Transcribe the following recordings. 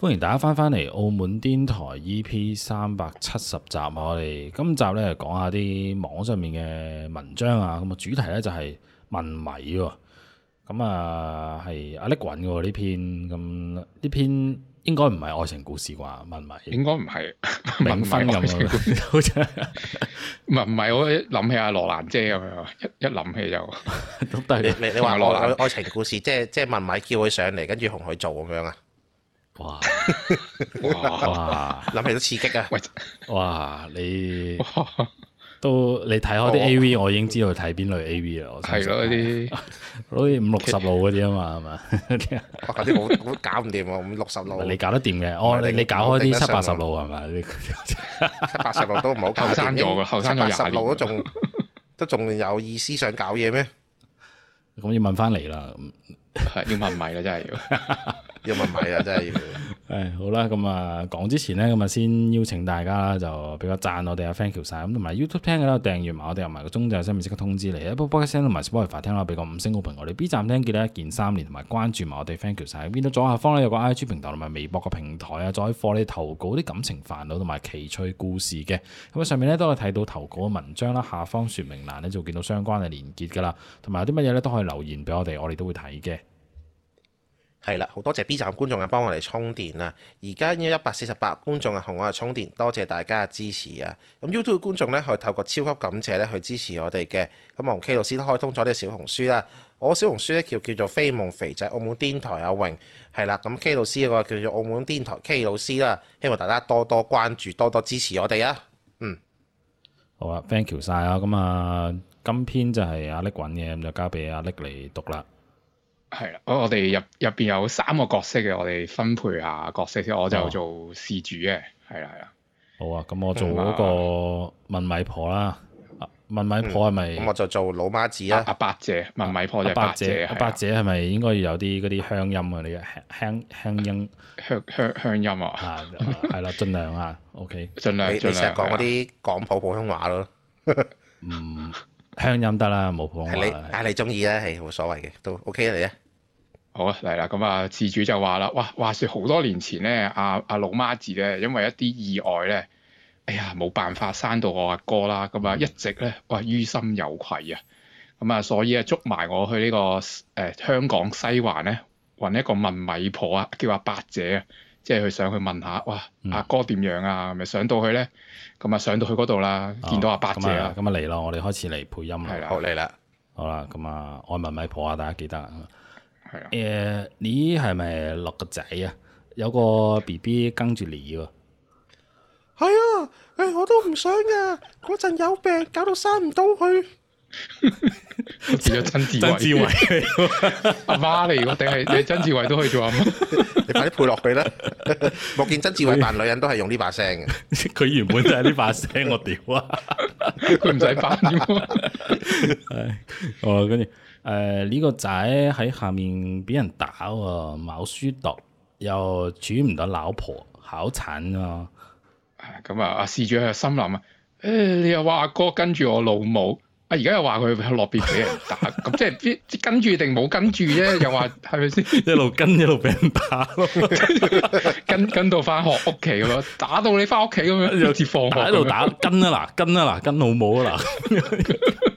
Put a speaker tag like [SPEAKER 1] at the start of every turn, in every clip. [SPEAKER 1] 歡迎大家翻返嚟澳門電台 EP 三百七十集啊！我哋今集咧講下啲網上面嘅文章啊，咁啊主題咧就係問米喎。咁啊係阿力揾嘅喎呢篇，咁呢篇應該唔係愛情故事啩？問米
[SPEAKER 2] 應該唔係，
[SPEAKER 1] 冥婚咁啊樣，好似
[SPEAKER 2] 唔係唔係，我一諗起阿羅蘭姐咁樣，一一諗起就
[SPEAKER 1] 都得
[SPEAKER 3] 你
[SPEAKER 1] 嘅
[SPEAKER 3] 你你
[SPEAKER 2] 同
[SPEAKER 3] 話
[SPEAKER 2] 埋羅
[SPEAKER 3] 愛
[SPEAKER 2] 蘭
[SPEAKER 3] 愛情故事，即係即係文米叫佢上嚟，跟住同佢做咁 樣啊，
[SPEAKER 1] 哇
[SPEAKER 2] 哇
[SPEAKER 1] 哇
[SPEAKER 3] 諗起都刺激啊！
[SPEAKER 2] 喂
[SPEAKER 1] 哇！你
[SPEAKER 2] 哇，
[SPEAKER 1] 都你睇開啲
[SPEAKER 2] 我
[SPEAKER 1] A V，我已經知道睇邊類 A V 啦。我相
[SPEAKER 2] 係
[SPEAKER 1] 信
[SPEAKER 2] 咯啲
[SPEAKER 1] 好似五六十路嗰啲啊嘛，係嘛？
[SPEAKER 3] 哇嗰啲好好搞唔掂喎，五六十路、
[SPEAKER 1] 你搞得掂嘅，哦，你
[SPEAKER 3] 你
[SPEAKER 1] 你搞開啲
[SPEAKER 3] 定得
[SPEAKER 1] 七
[SPEAKER 3] 上
[SPEAKER 1] 八十
[SPEAKER 3] 喎
[SPEAKER 1] 路係咪？你
[SPEAKER 3] 七八十路都唔 好搞掂
[SPEAKER 2] 後生咗㗎後生咗廿
[SPEAKER 3] 七八十路都
[SPEAKER 2] 年
[SPEAKER 3] 仲 都仲有意思想搞嘢咩？
[SPEAKER 1] 咁要問翻你啦。咁
[SPEAKER 2] 係要問米啦，真係要
[SPEAKER 3] 要文米啊，真係要。
[SPEAKER 1] 誒好啦，咁啊講之前咧，咁啊先邀請大家啦，就俾個讚我哋啊 thank you 晒，咁同埋 YouTube 聽嘅啦，訂閱埋我哋，入埋個鐘就有新面即刻通知你。Apple Podcast 同埋 Spotify 聽啦，俾個五星好評我哋。B 站聽記得一鍵三連，同埋關注埋我哋 thank you 晒。邊到左下方咧有個 IG 平台啊同埋微博個平台啊，再可以你投稿啲感情煩惱同埋奇趣故事嘅。咁啊上面咧都可以睇到投稿嘅文章啦，下方説明欄咧就會見到相關嘅連結噶啦，同埋有啲乜嘢咧都可以留言俾我哋，我哋都會睇嘅。
[SPEAKER 3] 係啦，好多謝 B 站觀眾啊，幫我哋充電啊！而家已經有一百四十八觀眾啊，同我哋充電，多謝大家嘅支持啊！咁 YouTube 觀眾咧，可以透過超級感謝咧去支持我哋嘅。咁我同 K 老師都開通咗呢個小紅書啦。我小紅書咧叫叫做飛夢肥仔澳門癲台阿榮，係啦。咁 K 老師嗰個叫做澳門癲台 K 老師啦，希望大家多多關注，多多支持我哋啊！
[SPEAKER 1] 好啊，thank you 晒啊！咁啊，今篇就係阿力揾嘅，咁就交俾阿力嚟讀啦。
[SPEAKER 2] 係啦。我我哋入入邊有三個角色嘅，我哋分配下角色先。我
[SPEAKER 1] 哦
[SPEAKER 2] 就做事主嘅，係啦係啦。
[SPEAKER 1] 好啊，咁我做嗰個問米婆啦。啊問米婆係
[SPEAKER 3] 咁
[SPEAKER 1] 咪
[SPEAKER 3] 我就做老媽子
[SPEAKER 2] 阿
[SPEAKER 3] 啦。
[SPEAKER 2] 阿八姐問米婆就
[SPEAKER 1] 阿
[SPEAKER 2] 係
[SPEAKER 1] 八
[SPEAKER 2] 八
[SPEAKER 1] 姐？
[SPEAKER 2] 姐，啊
[SPEAKER 1] 阿
[SPEAKER 2] 係
[SPEAKER 1] 八
[SPEAKER 2] 啦
[SPEAKER 1] 姐係咪應該要有啲嗰啲鄉音啊？你嘅鄉鄉鄉音
[SPEAKER 2] 香香香音啊，
[SPEAKER 1] 啊，係啦，盡量啊。OK，
[SPEAKER 2] 盡量
[SPEAKER 3] 你你
[SPEAKER 2] 盡
[SPEAKER 3] 成日
[SPEAKER 2] 量
[SPEAKER 3] 講嗰
[SPEAKER 2] 係啦啊
[SPEAKER 3] 啲港普普通話咯，
[SPEAKER 1] 嗯，鄉音得啦，冇普通話
[SPEAKER 3] 係你
[SPEAKER 1] 啦。
[SPEAKER 3] 啊你中意咧，係冇所謂嘅，都 OK 嚟啊！
[SPEAKER 2] 好啊，嚟啦！咁啊，事主就話啦，哇，話説好多年前咧，阿、阿、老媽子咧，因為一啲意外咧，哎呀，冇辦法生到我阿哥啦，咁啊，一直咧，哇，於心有愧啊，咁啊，所以咧，捉埋我去呢、個誒、香港西環咧，揾一個問米婆啊，叫阿八姐啊，即係佢想去問下，哇，阿哥點樣啊？咪上到去咧，咁啊，上到去嗰度啦，見到阿八姐
[SPEAKER 1] 啊
[SPEAKER 2] 啦，，
[SPEAKER 1] 咁啊嚟咯，我哋開始嚟配音
[SPEAKER 2] 係
[SPEAKER 1] 啦。
[SPEAKER 2] 啦
[SPEAKER 3] 好嚟啦。
[SPEAKER 1] 好啦，咁啊，愛問米婆啊，大家記得啊。
[SPEAKER 2] 係啦，
[SPEAKER 1] 誒、呃你係咪落個仔啊？有個 B B 跟住你喎，
[SPEAKER 3] 係啊，誒我都唔想噶，嗰陣有病，搞到生唔到佢。
[SPEAKER 2] 變咗 曾志偉，阿媽嚟喎，定係你曾志偉都可以做阿媽。
[SPEAKER 3] 你快啲配落 佢啦！莫見曾志偉扮女人都係用呢把聲嘅，
[SPEAKER 1] 佢原本就係呢把聲，我屌啊！
[SPEAKER 2] 佢唔使翻啫喎，
[SPEAKER 1] 哦，跟住誒呢個仔喺下面俾人打喎，冇書讀，又娶唔到老婆，考產啊！
[SPEAKER 2] 咁啊，阿事主喺度心諗啊，誒你又話阿哥跟住我老母，啊而家又話佢落邊俾人打，咁即係邊即跟住定冇跟住啫？又話係咪先
[SPEAKER 1] 一路跟一路俾人打咯，
[SPEAKER 2] 跟跟到翻學屋企咁樣，打到你翻屋企咁 樣，有次放學
[SPEAKER 1] 打一
[SPEAKER 2] 咁
[SPEAKER 1] 路
[SPEAKER 2] 樣，
[SPEAKER 1] 打跟啊嗱，跟啊嗱，跟老母啊嗱。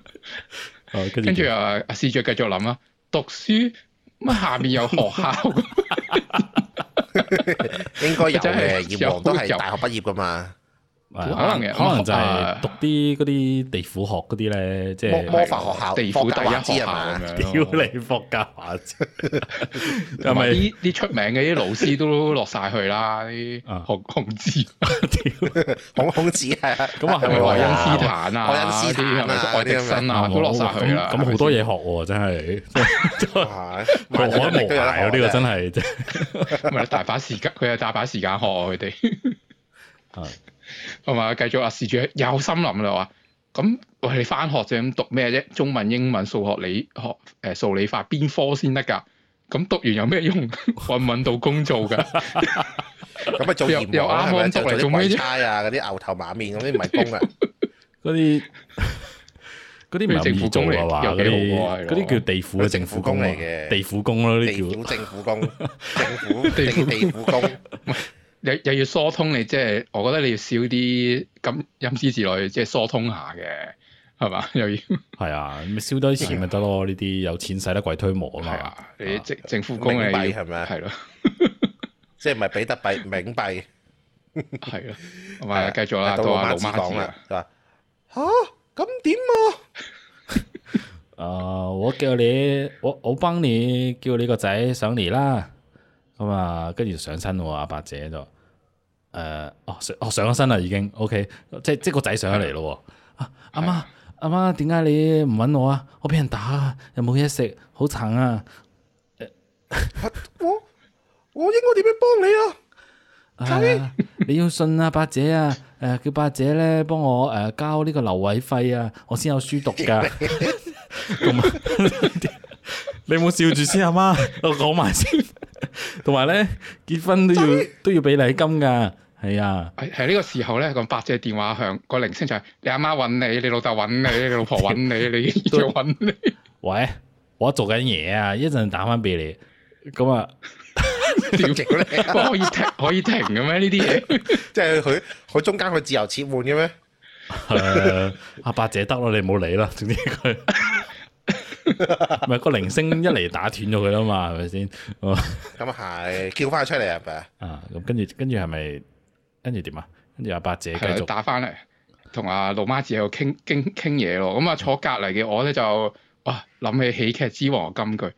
[SPEAKER 1] 哦跟
[SPEAKER 2] 跟住啊阿事主繼續諗啊，讀書乜下面有學校，
[SPEAKER 3] 應該有
[SPEAKER 2] 真
[SPEAKER 3] 嘅。
[SPEAKER 2] 係
[SPEAKER 3] 葉王都係大學畢業噶嘛，
[SPEAKER 1] 可
[SPEAKER 2] 可
[SPEAKER 1] 能
[SPEAKER 2] 能嘅
[SPEAKER 1] 可能就係
[SPEAKER 2] 啊
[SPEAKER 1] 讀啲嗰啲地府學嗰啲咧，即
[SPEAKER 3] 魔
[SPEAKER 1] 係
[SPEAKER 3] 魔法學校
[SPEAKER 2] 地府第一學校
[SPEAKER 3] 嘛
[SPEAKER 2] 咁樣
[SPEAKER 1] 屌
[SPEAKER 2] 咯。
[SPEAKER 1] 你霍家華啫，係
[SPEAKER 2] 同埋
[SPEAKER 1] 咪？
[SPEAKER 2] 啲啲出名嘅啲老師都落晒去啦，啲
[SPEAKER 1] 啊
[SPEAKER 2] 孔孔子、
[SPEAKER 1] 屌
[SPEAKER 3] 孔孔子係啊，
[SPEAKER 1] 咁啊係咪
[SPEAKER 2] 愛
[SPEAKER 1] 愛
[SPEAKER 2] 因
[SPEAKER 1] 因
[SPEAKER 2] 斯
[SPEAKER 1] 斯
[SPEAKER 2] 坦啊，
[SPEAKER 3] 愛因斯坦
[SPEAKER 2] 啲
[SPEAKER 3] 啊
[SPEAKER 2] 係咪愛迪生啊，都落晒去啦。
[SPEAKER 1] 哦咁咁好多 嘢學喎，真係
[SPEAKER 3] 哇
[SPEAKER 1] 無海無涯啊！呢個真係
[SPEAKER 3] 係
[SPEAKER 1] 真係
[SPEAKER 2] 唔係大把時間，佢有大把時間學我佢哋，
[SPEAKER 1] 啊
[SPEAKER 2] 同埋繼續啊，事主又心諗啦話，咁喂你翻學啫，咁讀咩啫？中文、英文、數學、理學、誒、數理化邊科先得㗎？咁讀完有咩用？ 揾唔揾到工做㗎？
[SPEAKER 3] 咁咪做
[SPEAKER 2] 又
[SPEAKER 3] 閻
[SPEAKER 2] 又
[SPEAKER 3] 王
[SPEAKER 2] 啱
[SPEAKER 3] 係咪
[SPEAKER 2] 啱
[SPEAKER 3] 做
[SPEAKER 2] 讀嚟
[SPEAKER 3] 做
[SPEAKER 2] 做咩
[SPEAKER 3] 啲鬼
[SPEAKER 2] 啫
[SPEAKER 3] 差啊，嗰啲牛頭馬面嗰啲唔係工啊，
[SPEAKER 1] 嗰啲嗰啲唔係咁易做嘅話，嗰
[SPEAKER 2] 政府工嚟又幾好
[SPEAKER 1] 啲
[SPEAKER 2] 喎係咯
[SPEAKER 1] 嗰啲叫地府嘅政府工
[SPEAKER 3] 政
[SPEAKER 1] 嚟
[SPEAKER 3] 府工嚟嘅
[SPEAKER 1] 地府工咯，呢
[SPEAKER 3] 地
[SPEAKER 1] 啲叫
[SPEAKER 3] 府政府 工，政府地地府工，
[SPEAKER 2] 又又要疏通你，即係我覺得你要少啲咁陰絲字類，即係疏通下嘅，係嘛？又要
[SPEAKER 1] 係啊，咪燒多啲錢咪得咯，呢啲有錢使得鬼推磨啊
[SPEAKER 2] 係
[SPEAKER 1] 嘛。
[SPEAKER 2] 啊，你政政府工
[SPEAKER 3] 冥
[SPEAKER 2] 你
[SPEAKER 3] 幣
[SPEAKER 2] 要
[SPEAKER 3] 係咪啊
[SPEAKER 2] 係咯，
[SPEAKER 3] 即係唔係彼得幣冥幣？
[SPEAKER 2] 係咯，咁啊，繼續
[SPEAKER 3] 啊係
[SPEAKER 2] 啦，
[SPEAKER 3] 到
[SPEAKER 2] 到阿
[SPEAKER 3] 老
[SPEAKER 2] 老
[SPEAKER 3] 媽子
[SPEAKER 2] 媽
[SPEAKER 3] 講
[SPEAKER 2] 子啦啊
[SPEAKER 3] 啦，，就話吓咁點啊？
[SPEAKER 1] 啊，我叫你，我我幫你叫你個仔上嚟啦。咁啊，跟住上身喎，阿伯姐就誒、哦上哦上咗身啦已經，OK，即即個仔上咗嚟咯喎。啊阿媽阿媽，點解你唔揾我啊？我俾人打啊，又冇嘢食，好慘啊！
[SPEAKER 3] 我我應該點樣幫你啊？
[SPEAKER 1] 啊、你要信啊，八姐啊， 誒、叫八姐咧幫我誒、交呢個留位費啊，我先有書讀噶。 同埋你冇笑住先阿媽， 我講埋先。同埋咧，結婚都要都要俾禮金噶，係啊，
[SPEAKER 2] 係係呢個時候咧，個八隻電話響，個鈴聲就係你阿媽揾你，你老豆揾你，你老婆揾 你，你姨丈揾你，
[SPEAKER 1] 喂，我做緊嘢啊，一陣打翻俾你。咁啊，
[SPEAKER 2] 屌
[SPEAKER 3] 屌你 啊！
[SPEAKER 2] 可以停可以停嘅咩？呢啲嘢
[SPEAKER 3] 即係佢佢中間佢自由切換嘅咩？
[SPEAKER 1] 誒阿八姐得咯，你唔好理啦，總之 佢。唔係個鈴聲一嚟打斷咗佢啦嘛，係咪先？
[SPEAKER 3] 咁啊係，叫翻佢出嚟係咪啊？
[SPEAKER 1] 啊，咁跟住跟住係咪跟住點啊？跟住阿八姐繼
[SPEAKER 2] 係啦
[SPEAKER 1] 續
[SPEAKER 2] 打翻嚟，同阿老媽子喺度傾傾傾嘢咯。
[SPEAKER 3] 嗯
[SPEAKER 2] 咁啊，坐隔離嘅我咧就哇諗起喜劇之王嘅金句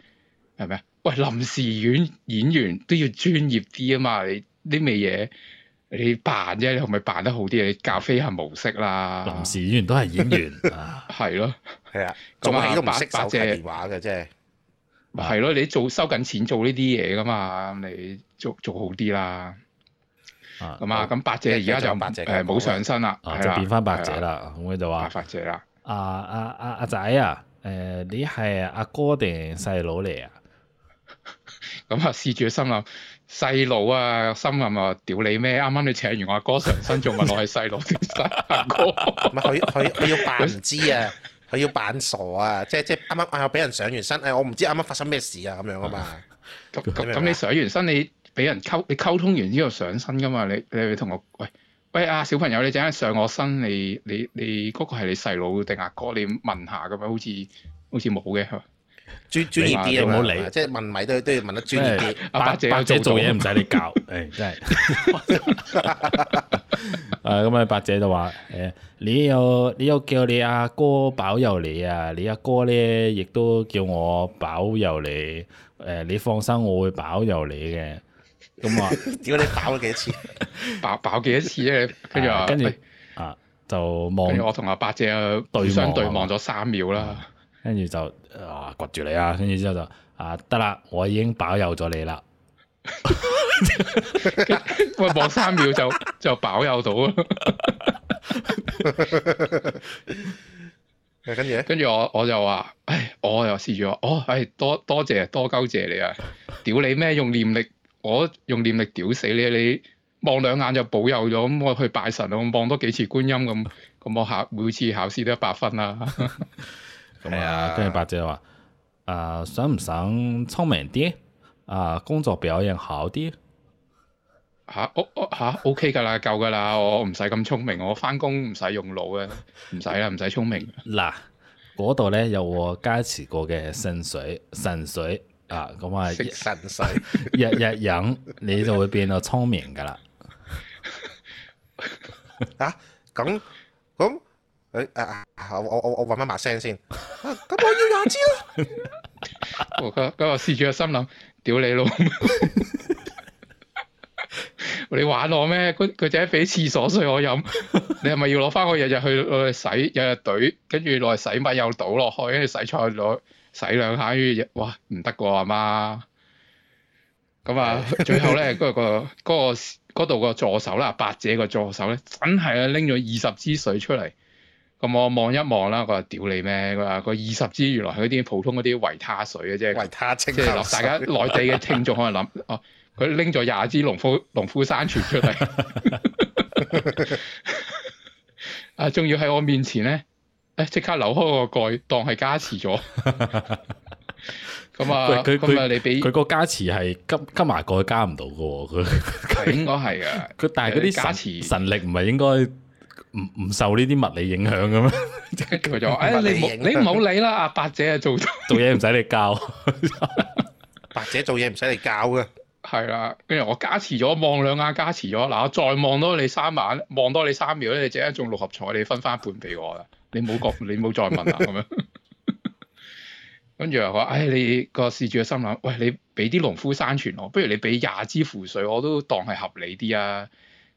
[SPEAKER 2] 係咪啊？喂，臨時演演員都要專業啲啊嘛！你呢味嘢你扮啫，你係咪扮得好啲？你教飛行模式啦，
[SPEAKER 1] 臨時演員都係演 員啊，
[SPEAKER 2] 係咯。
[SPEAKER 3] 係啊，
[SPEAKER 2] 咁
[SPEAKER 3] 做
[SPEAKER 2] 啊
[SPEAKER 3] 戲都唔識
[SPEAKER 2] 八
[SPEAKER 3] 手
[SPEAKER 2] 八
[SPEAKER 3] 提
[SPEAKER 2] 隻
[SPEAKER 3] 電話嘅啫。
[SPEAKER 2] 係咯，你做收緊錢做呢啲嘢噶嘛，咁你做做好啲啦。
[SPEAKER 1] 啊
[SPEAKER 2] 咁啊，咁八姐而家就
[SPEAKER 3] 繼續八姐
[SPEAKER 2] 誒冇上身啦，
[SPEAKER 1] 啊
[SPEAKER 2] 係
[SPEAKER 1] 就
[SPEAKER 2] 啦
[SPEAKER 1] 變翻八姐，
[SPEAKER 2] 係
[SPEAKER 1] 啦。咁佢就
[SPEAKER 2] 啊
[SPEAKER 1] 話：
[SPEAKER 2] 八姐啦，
[SPEAKER 1] 啊啊啊阿仔啊，誒你係阿哥定細佬嚟啊？
[SPEAKER 2] 咁啊試住心諗細佬啊，心諗啊屌你咩？啱啱你請完我阿哥上身，仲問我係細佬定細阿哥？
[SPEAKER 3] 唔係佢佢佢要扮唔知啊，佢要扮傻啊，即係即係啱啱啊我俾人上完身，誒我唔知啱啱發生咩事啊咁樣啊嘛。
[SPEAKER 2] 咁
[SPEAKER 3] 明
[SPEAKER 2] 咁
[SPEAKER 3] 白
[SPEAKER 2] 咁你上完身，你俾人溝你溝通完之後上身噶嘛？你你會同我喂喂啊小朋友，你陣間上我身，你你你嗰個係你細佬定阿哥？你問下咁樣，好似好似冇嘅係嘛
[SPEAKER 3] 專專業啲啊
[SPEAKER 1] 你話你唔
[SPEAKER 3] 嘛
[SPEAKER 1] 好理
[SPEAKER 3] 即係問米都都要問得專業啲。
[SPEAKER 1] 係
[SPEAKER 2] 阿
[SPEAKER 1] 八
[SPEAKER 2] 八姐
[SPEAKER 1] 八姐
[SPEAKER 2] 有做
[SPEAKER 1] 做
[SPEAKER 2] 到
[SPEAKER 1] 嘢唔使你教，誒真係。誒咁啊，八姐就話：誒你又你又叫你阿哥保佑你啊，你阿哥咧亦都叫我保佑你。誒你放心，我會保佑你嘅。咁啊話。
[SPEAKER 3] 屌你爆咗幾多次？
[SPEAKER 2] 爆爆幾多次 咧？跟住
[SPEAKER 1] 啊
[SPEAKER 2] 話，
[SPEAKER 1] 跟住
[SPEAKER 2] 喂
[SPEAKER 1] 啊就
[SPEAKER 2] 跟住
[SPEAKER 1] 望，
[SPEAKER 2] 我同阿八姐啊
[SPEAKER 1] 對望
[SPEAKER 2] 互相對望咗三秒啦。
[SPEAKER 1] 跟住就啊掘住你啊，跟住之後就啊得啦，我已經保佑咗你啦。
[SPEAKER 2] 喂，望三秒 就就飽有到啊啦。
[SPEAKER 3] 跟住咧，
[SPEAKER 2] 跟住我我就話，唉，我又試住話，哦，唉，多多謝多鳩謝你啊！屌你咩？用念力，我用念力屌死你！你望兩眼就保佑咗，咁我去拜神啊！我望多幾次觀音咁，咁我考每次考試都一百分啦。
[SPEAKER 1] 咁
[SPEAKER 3] 係
[SPEAKER 1] 啊，
[SPEAKER 3] 啊
[SPEAKER 1] 跟住八姐話：啊，想唔想聰明啲？啊，工作表現好啲？
[SPEAKER 2] 吓，我我吓 OK 㗎啦，夠㗎啦，我唔使咁聰明，我翻工唔使用腦嘅，唔使啦，唔使聰明。
[SPEAKER 1] 嗱，嗰度咧有我加持過嘅聖水，神水啊，咁啊，
[SPEAKER 3] 食
[SPEAKER 1] 日
[SPEAKER 3] 神水，
[SPEAKER 1] 日日飲你就會變到聰明噶啦。
[SPEAKER 3] 啊，咁咁誒啊啊！我我我揾翻把聲先。啊咁我要廿支啦。
[SPEAKER 2] 我嗰嗰個事主嘅心諗：屌你老母！你玩我咩？佢佢就喺俾廁所水我飲，你係咪要攞翻我日日去攞去洗，日日懟，跟住攞嚟洗米又倒落去，跟住洗菜攞洗兩下，跟住哇唔得喎阿媽！咁啊，最後咧嗰、個嗰、個嗰度個助手啦，八姐個助手咧，真係啊拎咗二十支水出嚟。咁我望一望啦，佢話：屌你咩？佢話個二十支原來係嗰啲普通嗰啲維他水嘅啫，
[SPEAKER 3] 維他清
[SPEAKER 2] 即係
[SPEAKER 3] 頭
[SPEAKER 2] 諗大
[SPEAKER 3] 水
[SPEAKER 2] 家內地嘅聽眾可能諗，哦，佢拎咗廿支農夫農夫山泉出 嚟，啊，仲要喺我面前咧，誒、誒即刻扭開個蓋，當係加持咗。咁啊，
[SPEAKER 1] 佢佢
[SPEAKER 2] 咁啊，你俾
[SPEAKER 1] 佢個加持係急急埋過去加唔到嘅喎，佢
[SPEAKER 2] 應該係啊。
[SPEAKER 1] 佢但係嗰
[SPEAKER 2] 加
[SPEAKER 1] 啲
[SPEAKER 2] 持
[SPEAKER 1] 神神力唔係應該唔唔受呢啲物理影響嘅咩？
[SPEAKER 2] 跟住佢就話：，誒你
[SPEAKER 3] 物理影
[SPEAKER 2] 冇
[SPEAKER 3] 響
[SPEAKER 2] 你唔好理啦，阿八姐啊做到
[SPEAKER 1] 做嘢唔使你教，
[SPEAKER 3] 白姐做嘢唔使你教嘅，
[SPEAKER 2] 係啦。跟住我加持咗，望兩眼加持咗。嗱，我再望多你三眼，望多你三秒咧，你即刻中六合彩，你分翻一半俾我啦。 你冇覺，你冇再問啦咁樣。 跟住又話：，誒、你個事主嘅心諗，喂，你俾啲農夫山泉我，不如你俾廿支符水，我都當係合理啲啊。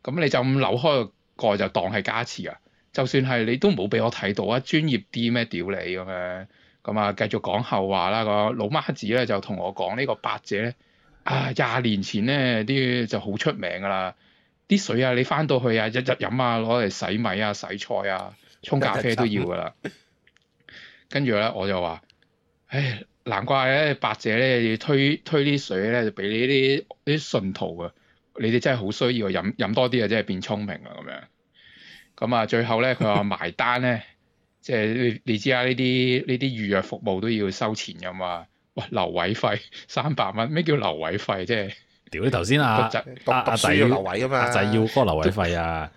[SPEAKER 2] 咁你就咁扭開個蓋就當係加持啊。就算係你都冇俾我睇到啊，專業啲咩屌你咁樣。咁啊，繼續講後話啦。個老媽子咧就同我講呢個八姐咧，啊廿年前咧啲就好出名㗎啦。啲水啊，你翻到去啊，日日飲啊，攞嚟洗米啊、洗菜啊、沖咖啡都要㗎啦。跟住咧，我就話：，唉，難怪咧，八姐咧要推推啲水咧，就俾你啲啲信徒啊，你哋真係好需要飲飲多啲啊，真係變聰明啊咁樣。咁啊，最後咧，佢話埋單咧，即係你你知啊，呢啲呢啲預約服務都要收錢噶嘛。喂，留位費三百蚊，咩叫留位費？即係
[SPEAKER 1] 屌你頭先啊
[SPEAKER 2] 讀仔
[SPEAKER 3] 讀
[SPEAKER 1] 啊
[SPEAKER 3] 讀
[SPEAKER 1] 阿仔
[SPEAKER 3] 書要留位啊嘛，
[SPEAKER 1] 阿仔要嗰個留位費啊！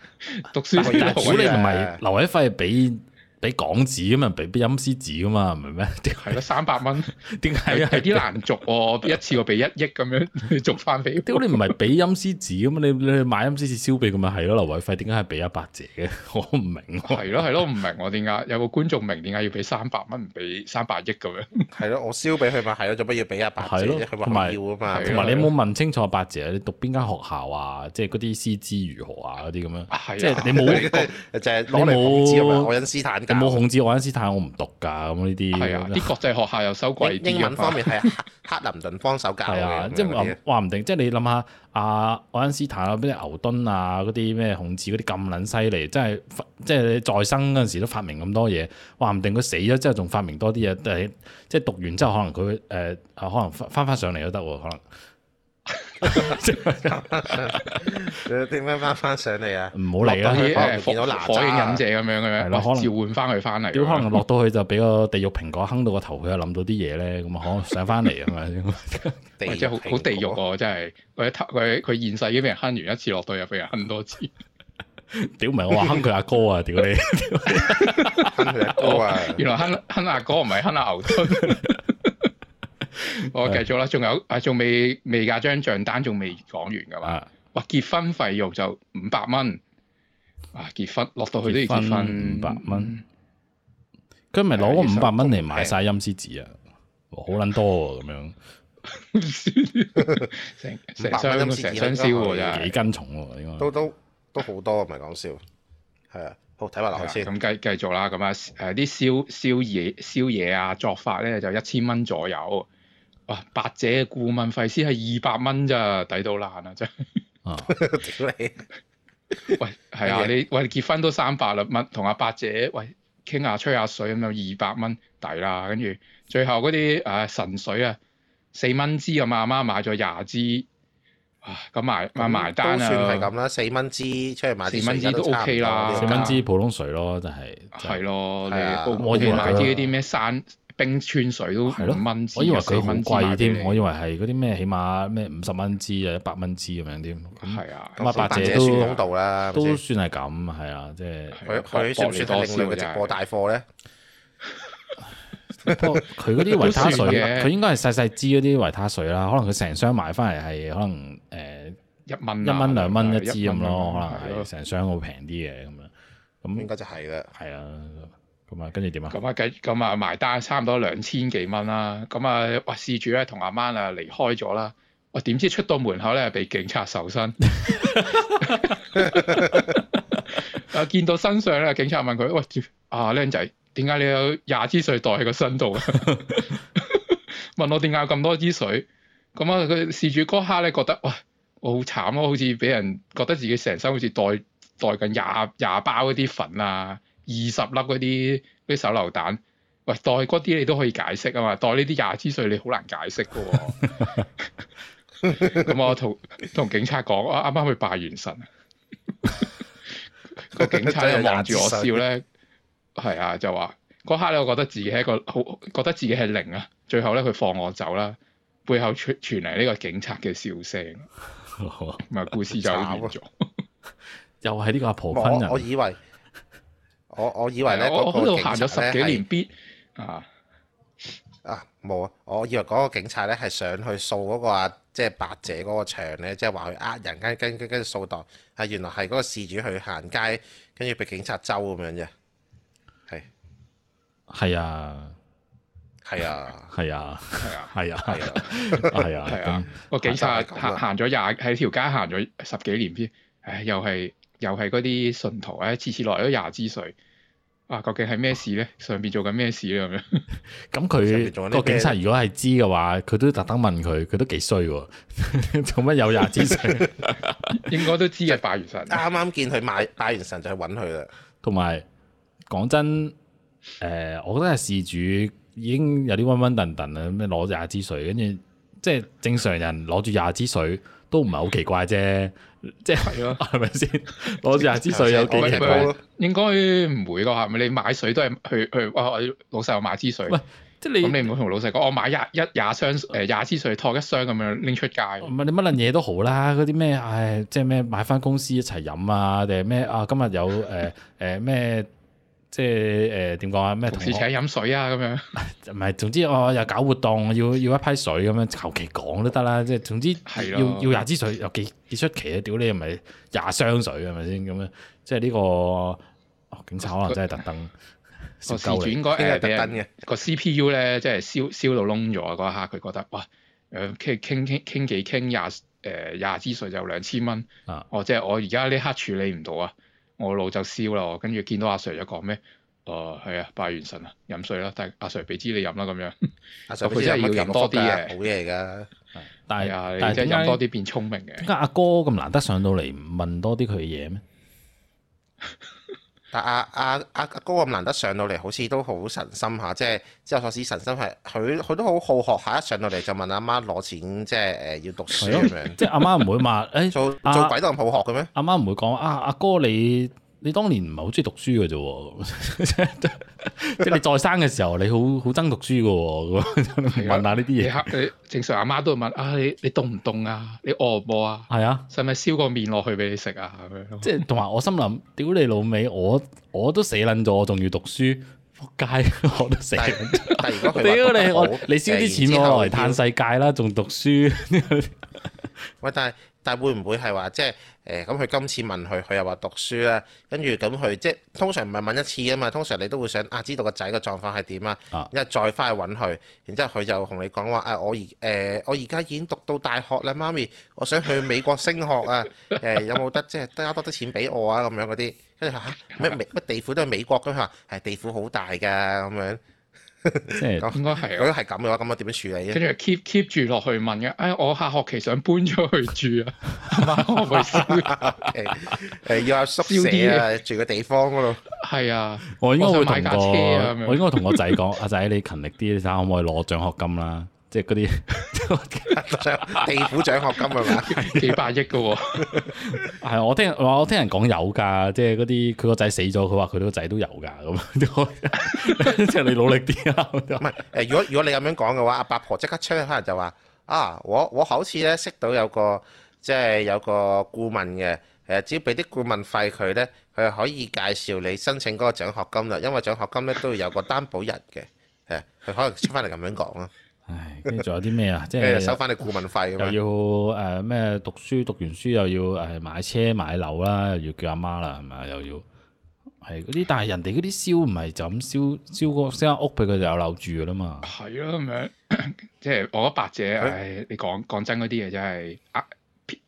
[SPEAKER 2] 讀書
[SPEAKER 3] 但係
[SPEAKER 1] 但係如
[SPEAKER 2] 留位
[SPEAKER 1] 果你
[SPEAKER 2] 費
[SPEAKER 1] 唔係留位費係俾俾港紙咁嘛，俾俾陰司紙噶嘛，唔係咩？點
[SPEAKER 2] 係咯，三百蚊
[SPEAKER 1] 點解
[SPEAKER 2] 係
[SPEAKER 1] 係
[SPEAKER 2] 啲難續喎，一次過俾一億咁樣 續翻俾我。
[SPEAKER 1] 屌你唔係俾陰司紙咁，你你買陰司紙燒俾佢咪係咯？留位費點解係俾阿伯姐嘅？ 我唔明喎。
[SPEAKER 2] 係咯啊係咯，唔明我點解有個觀眾明點解要俾三百蚊，唔俾三百億咁樣？
[SPEAKER 3] 係咯，我燒俾佢咪係咯，做乜要俾阿白姐
[SPEAKER 1] 係咯
[SPEAKER 3] 啫？佢
[SPEAKER 1] 同
[SPEAKER 3] 話
[SPEAKER 1] 埋
[SPEAKER 3] 要啊嘛，
[SPEAKER 2] 係
[SPEAKER 1] 同埋你有冇問清楚阿伯姐你讀邊間學校啊？即係嗰啲師資如何啊？嗰啲咁樣，
[SPEAKER 2] 係啊
[SPEAKER 1] 即 係你冇
[SPEAKER 3] 就係攞嚟防止啊嘛，愛因斯坦
[SPEAKER 1] 你
[SPEAKER 3] 教。
[SPEAKER 1] 冇控制愛因斯坦，我唔讀㗎咁呢啲。
[SPEAKER 2] 係啊，啲國際學校又收貴啲
[SPEAKER 3] 英英文
[SPEAKER 2] 㗎
[SPEAKER 3] 方
[SPEAKER 2] 啊嘛。
[SPEAKER 3] 面係 克克林頓方手教
[SPEAKER 1] 係啊，
[SPEAKER 3] 嘅，
[SPEAKER 1] 即係
[SPEAKER 3] 咁樣嗰
[SPEAKER 1] 話
[SPEAKER 3] 啲
[SPEAKER 1] 話唔定，即係你諗下，阿愛因斯坦啊，咩牛頓啊，嗰啲咩孔子嗰啲咁撚犀利，即係即係你在生嗰陣時都發明咁多嘢，話唔定佢死咗之後仲發明多啲嘢，但係即係讀完之後可能佢誒、呃啊可能翻翻翻上嚟都得喎，可能
[SPEAKER 3] 你點樣翻翻上嚟啊？
[SPEAKER 1] 唔好理啦
[SPEAKER 3] 落。
[SPEAKER 2] 啲
[SPEAKER 3] 到
[SPEAKER 2] 誒
[SPEAKER 3] 去可能見到哪啊
[SPEAKER 2] 火火影忍者咁樣
[SPEAKER 1] 係
[SPEAKER 2] 嘅
[SPEAKER 1] 咯
[SPEAKER 2] 樣，
[SPEAKER 1] 可
[SPEAKER 2] 哇
[SPEAKER 1] 能
[SPEAKER 2] 召喚翻佢翻嚟咁
[SPEAKER 1] 屌，可
[SPEAKER 2] 樣。
[SPEAKER 1] 能落到去就俾個地獄蘋果坑到個頭，佢又諗到啲嘢咧，咁啊可能上翻嚟啊嘛。
[SPEAKER 3] 地
[SPEAKER 2] 哇！真係好好地獄
[SPEAKER 3] 啊！
[SPEAKER 2] 喎，真係佢一偷佢佢現世已經俾人坑完一次，落到又俾人坑多次。
[SPEAKER 1] 屌唔係我話坑佢阿哥啊，屌你！
[SPEAKER 3] 分佢一高啊！
[SPEAKER 2] 原來坑坑阿哥唔係坑阿牛頓。 我繼續啦，仲有啊，仲未未㗎張帳單仲未講完㗎嘛？
[SPEAKER 1] 啊，
[SPEAKER 2] 哇！結婚費用就五百蚊，啊結婚落到去都要結
[SPEAKER 1] 結
[SPEAKER 2] 婚
[SPEAKER 1] 婚500蚊，佢咪攞嗰五百蚊嚟買晒陰司紙啊，哇好撚多喎咁樣。
[SPEAKER 2] 成成
[SPEAKER 3] 500蚊
[SPEAKER 2] 箱
[SPEAKER 3] 咁先
[SPEAKER 2] 成箱
[SPEAKER 3] 至
[SPEAKER 2] 燒喎
[SPEAKER 1] 幾
[SPEAKER 2] 真
[SPEAKER 3] 得
[SPEAKER 2] 係。
[SPEAKER 1] 斤重喎，應該
[SPEAKER 3] 都都都好多，唔係講笑。係啊，好睇埋落去先。
[SPEAKER 2] 咁繼繼續啦，咁啊誒啲燒燒嘢燒嘢啊作法咧就一千蚊左右，哇！八姐嘅顧問費先係二百蚊咋，抵到爛啊真係。
[SPEAKER 1] 啊，
[SPEAKER 3] 屌你！
[SPEAKER 2] 喂，係啊，
[SPEAKER 3] 乜嘢
[SPEAKER 2] 你喂結婚都三百啦蚊，同阿八姐喂傾下吹下水咁樣二百蚊抵啦，跟住最後嗰啲誒神水啊四蚊支咁，啊阿媽買咗廿支，啊咁埋埋埋單
[SPEAKER 3] 都算
[SPEAKER 2] 啊，
[SPEAKER 3] 係咁啦，四蚊支出去買啲
[SPEAKER 2] 四蚊支
[SPEAKER 3] 水
[SPEAKER 2] 都
[SPEAKER 3] 而家
[SPEAKER 2] OK
[SPEAKER 3] 差唔
[SPEAKER 2] 啦
[SPEAKER 3] 多
[SPEAKER 1] 四蚊支普通水咯，真係真
[SPEAKER 2] 係
[SPEAKER 1] 係。
[SPEAKER 2] 咯，
[SPEAKER 3] 係啊
[SPEAKER 2] 你屋
[SPEAKER 1] 我以為
[SPEAKER 2] 企買啲嗰啲咩山冰川水都
[SPEAKER 1] 係咯
[SPEAKER 2] 五蚊支，
[SPEAKER 1] 我以為佢
[SPEAKER 2] 四
[SPEAKER 1] 好
[SPEAKER 2] 蚊支買
[SPEAKER 1] 貴
[SPEAKER 2] 俾
[SPEAKER 1] 添，我以
[SPEAKER 2] 你，
[SPEAKER 1] 為係嗰啲咩起碼咩五十蚊支啊、一百蚊支咁樣添，咁
[SPEAKER 2] 係啊，
[SPEAKER 1] 咁啊八
[SPEAKER 3] 八
[SPEAKER 1] 姐
[SPEAKER 3] 姐
[SPEAKER 1] 都
[SPEAKER 3] 算公道啦，係
[SPEAKER 1] 都
[SPEAKER 3] 咪先
[SPEAKER 1] 算係咁，係啊，即係
[SPEAKER 3] 佢佢算唔算係另類嘅直播帶貨咧？
[SPEAKER 1] 不過佢嗰啲維他水
[SPEAKER 2] 都算，嘅
[SPEAKER 1] 佢應該係細細支嗰啲維他水啦，可能佢成箱買翻嚟係可能誒
[SPEAKER 2] 一蚊
[SPEAKER 1] 一
[SPEAKER 2] 啊
[SPEAKER 1] 蚊兩蚊一
[SPEAKER 2] 係
[SPEAKER 1] 支咁咯，
[SPEAKER 2] 一蚊啊
[SPEAKER 1] 可
[SPEAKER 2] 兩
[SPEAKER 1] 能
[SPEAKER 2] 蚊
[SPEAKER 1] 係成箱會平啲嘅咁樣，
[SPEAKER 3] 應
[SPEAKER 1] 咁
[SPEAKER 3] 該就係啦。
[SPEAKER 1] 係啊，咁啊跟住點啊？
[SPEAKER 2] 咁啊，計咁啊，埋單差唔多兩千幾蚊啦。咁啊，哇！事主咧同阿媽啊離開咗啦。我點知出到門口咧，被警察搜身。 啊！見到身上咧，警察問佢：喂，啊，僆仔，點解你有廿支水袋喺個身度啊？ 問我點解有咁多支水？咁啊，佢事主嗰刻咧覺得，喂，我好慘咯，好似俾人覺得自己成身好似袋袋緊廿廿包嗰啲粉啊，二十粒嗰啲嗰啲手榴彈。喂，袋嗰啲你都可以解釋啊嘛，袋呢啲廿支水你好難解釋噶喎、咁我同同警察講，啊啱啱去拜完神，個警察又望住我笑咧，係啊，就話嗰刻咧，我覺得自己係一個好，覺得自己係零啊。最後咧，佢放我走啦，背後傳傳嚟呢個警察嘅笑聲，咁
[SPEAKER 3] 呃
[SPEAKER 2] 啊，故事就完咗。
[SPEAKER 1] 又係呢個阿婆
[SPEAKER 3] 我
[SPEAKER 1] 昆
[SPEAKER 3] 我啊我
[SPEAKER 1] 人，
[SPEAKER 3] 以為我我以為咧
[SPEAKER 2] 啊我
[SPEAKER 3] 嗰
[SPEAKER 2] 我喺度
[SPEAKER 3] 個
[SPEAKER 2] 行
[SPEAKER 3] 警
[SPEAKER 2] 咗
[SPEAKER 3] 察
[SPEAKER 2] 十幾
[SPEAKER 3] 咧係
[SPEAKER 2] 年必啊，
[SPEAKER 3] 啊冇啊，我以為嗰個警察咧係上去掃嗰個啊，即係白姐嗰個場咧，即係話佢呃人，跟跟跟跟住掃檔，係原來係嗰個事主去行街，跟住被警察周咁樣啫。係
[SPEAKER 1] 係啊，
[SPEAKER 3] 係啊，
[SPEAKER 1] 係啊，係
[SPEAKER 2] 係啊，
[SPEAKER 1] 啊，
[SPEAKER 3] 係啊，
[SPEAKER 1] 係 啊，
[SPEAKER 2] 係啊
[SPEAKER 1] 咁，
[SPEAKER 2] 個警察
[SPEAKER 3] 就係咁
[SPEAKER 2] 行
[SPEAKER 3] 啦
[SPEAKER 2] 行咗廿喺條街行咗十幾年先，唉，又係又係嗰啲信徒，唉，次次落咗廿支水。啊，究竟係咩事 咧？上邊做緊咩事咧？咁樣
[SPEAKER 1] 咁
[SPEAKER 3] 上面
[SPEAKER 1] 佢個
[SPEAKER 3] 仲有啲咩
[SPEAKER 1] 警察如果係知嘅話，佢都特登問佢，佢都幾衰喎， 做乜有廿支水？
[SPEAKER 2] 應該都知嘅，拜完神。
[SPEAKER 3] 啱啱見佢買拜完神就去揾佢啦。
[SPEAKER 1] 同埋講真，誒、我覺得係事主已經有啲暈暈頓頓啦，咩攞廿支水，跟住即係正常人攞住廿支水都唔係好奇怪啫，即係
[SPEAKER 2] 係咯
[SPEAKER 3] 啊
[SPEAKER 1] 係咪先？攞住廿支水有幾
[SPEAKER 3] 我
[SPEAKER 1] 奇
[SPEAKER 3] 明
[SPEAKER 1] 怪
[SPEAKER 3] 白？
[SPEAKER 2] 應該唔會㗎係咪？你買水都係去去，哇！我老細我買支水，
[SPEAKER 1] 喂
[SPEAKER 2] 咁
[SPEAKER 1] 即係你
[SPEAKER 2] 你唔好同老細講，我買廿一廿箱誒廿支水，托一箱咁樣拎出街。
[SPEAKER 1] 唔係你乜撚嘢都好啦，嗰啲咩唉，即係咩買翻公司一齊飲啊，定係咩啊？今日 有誒誒咩，即係誒點講啊？咩
[SPEAKER 2] 同
[SPEAKER 1] 同
[SPEAKER 2] 事請
[SPEAKER 1] 學
[SPEAKER 2] 飲水啊，咁樣
[SPEAKER 1] 唔係，總之我又搞活動，要要一批水咁樣，求其講都得啦。即係總之
[SPEAKER 2] 係
[SPEAKER 1] 要
[SPEAKER 2] 咯
[SPEAKER 1] 要廿支水，又幾幾出奇啊！屌你係咪廿箱水係咪先咁樣？即係呢個哦警察可能真係特登
[SPEAKER 2] 個
[SPEAKER 1] 笑
[SPEAKER 2] 哦事主
[SPEAKER 1] 鳩你
[SPEAKER 2] 應該
[SPEAKER 3] 呢個
[SPEAKER 2] 誒
[SPEAKER 3] 係特
[SPEAKER 2] 俾
[SPEAKER 3] 登
[SPEAKER 2] 人
[SPEAKER 3] 嘅
[SPEAKER 2] 個 C P U 咧，即係燒燒到窿咗嗰一刻，佢覺得哇誒傾傾傾傾幾傾廿誒廿支水就兩千蚊
[SPEAKER 1] 啊，
[SPEAKER 2] 哦，即係我而家呢刻處理唔到啊，我腦就燒啦，我跟住見到阿 Sir 就講咩？哦，係啊，拜完神啊，飲水啦，但係阿 Sir 俾支你飲啦咁樣。
[SPEAKER 3] 阿 Sir
[SPEAKER 2] 佢真係要飲多啲嘅
[SPEAKER 3] 好嘢㗎。
[SPEAKER 1] 但
[SPEAKER 2] 係
[SPEAKER 1] 係
[SPEAKER 2] 啊，
[SPEAKER 1] 但
[SPEAKER 2] 你
[SPEAKER 1] 係
[SPEAKER 2] 即係
[SPEAKER 1] 點
[SPEAKER 2] 飲多
[SPEAKER 1] 解
[SPEAKER 2] 啲變聰明
[SPEAKER 1] 點
[SPEAKER 2] 嘅。
[SPEAKER 1] 解阿哥咁難得上到嚟唔問多啲佢嘅嘢咩？
[SPEAKER 3] 但阿阿阿阿哥咁難得上到嚟，好似都好神心下，即係之後所指神心係佢佢都好好學下，一上到嚟就問阿媽攞錢，即係誒要讀書咁樣，
[SPEAKER 1] 即係阿媽唔會 話誒
[SPEAKER 3] 做
[SPEAKER 1] 啊
[SPEAKER 3] 做鬼都咁好學嘅咩？
[SPEAKER 1] 阿媽唔會講啊，阿哥你你當年唔係好中意讀書嘅啫喎， 即係你再生嘅時候你好好憎讀書嘅喎，咁樣問下呢啲
[SPEAKER 2] 你
[SPEAKER 1] 嘢，
[SPEAKER 2] 黑你正常阿媽都會問啊，你你凍唔凍啊？你餓唔餓啊？
[SPEAKER 1] 係啊，
[SPEAKER 2] 使唔使燒個面落去俾你食啊？咁樣
[SPEAKER 1] 即係同埋我心諗，屌你老味，我我都死撚咗，我仲要讀書，仆街， 我都死撚
[SPEAKER 3] 但
[SPEAKER 1] 咗。
[SPEAKER 3] 但如果
[SPEAKER 1] 屌
[SPEAKER 3] 佢話
[SPEAKER 1] 你！我
[SPEAKER 3] 讀得好
[SPEAKER 1] 你燒啲錢
[SPEAKER 3] 誒然之後
[SPEAKER 1] 我攞嚟嘆世界啦，仲讀書，
[SPEAKER 3] 喂，但係但係會唔會係話即係誒咁？佢、今次問佢，佢又話讀書啦，跟住咁佢即係通常唔係問一次啊嘛，通常你都會想啊知道個仔嘅狀況係點啊
[SPEAKER 1] 啊，
[SPEAKER 3] 然之後再翻去揾佢，然之後佢就同你講話啊，我而誒、我而家已經讀到大學啦，媽咪，我想去美國升學啊， 誒、有冇得即係加多啲錢俾我啊咁樣嗰啲，跟住嚇咩美乜地府都係美國咁，佢話係地府好大㗎咁樣，
[SPEAKER 1] 即係
[SPEAKER 2] 應該
[SPEAKER 3] 如
[SPEAKER 2] 係啊。
[SPEAKER 3] 果係咁嘅話，咁我點樣處理啊
[SPEAKER 2] 跟
[SPEAKER 3] 咧？
[SPEAKER 2] 住 keep keep 住落去問嘅，哎，我下學期想搬咗去住啊，阿媽 可唔可以燒？
[SPEAKER 3] 誒誒要阿宿
[SPEAKER 2] 燒啲
[SPEAKER 3] 舍啊，住個地方嗰度。
[SPEAKER 2] 係啊，
[SPEAKER 1] 我應該會
[SPEAKER 2] 我想
[SPEAKER 1] 同
[SPEAKER 2] 買架車啊咁
[SPEAKER 1] 個
[SPEAKER 2] 樣
[SPEAKER 1] 我應該同個仔講，阿仔你勤力啲，你睇下可唔可以攞獎學金啦，即係嗰啲。
[SPEAKER 3] 地府獎學金係嘛？
[SPEAKER 2] 幾百億嘅喎，
[SPEAKER 1] 係啊我聽我我聽人講有㗎，即係嗰啲佢個仔死咗，佢話佢個仔都有㗎咁， 即係你努力啲啊啦。
[SPEAKER 3] 唔係誒，如果如果你咁樣講嘅話，阿八婆即刻出可能就話啊，我我好似咧識到有個即係有個顧問嘅誒，只要俾啲顧問費佢咧，佢可以介紹你申請嗰個獎學金啦，因為獎學金咧都要有個擔保人嘅誒，佢可能出翻嚟咁樣講咯，
[SPEAKER 1] 唉，跟住仲有啲咩啊？即
[SPEAKER 3] 跟住就收
[SPEAKER 1] 係
[SPEAKER 3] 翻你顧問費咁
[SPEAKER 1] 又
[SPEAKER 3] 樣。
[SPEAKER 1] 要誒咩、讀書，讀完書又要誒買車買樓啦，又要叫阿媽啦，係咪？又要係嗰啲，但係人哋嗰啲燒唔係就咁燒燒個燒間屋俾佢就有樓住㗎啦嘛。
[SPEAKER 2] 係咯咁樣， 即係我覺得白姐，唉，你講講真嗰啲嘢真係呃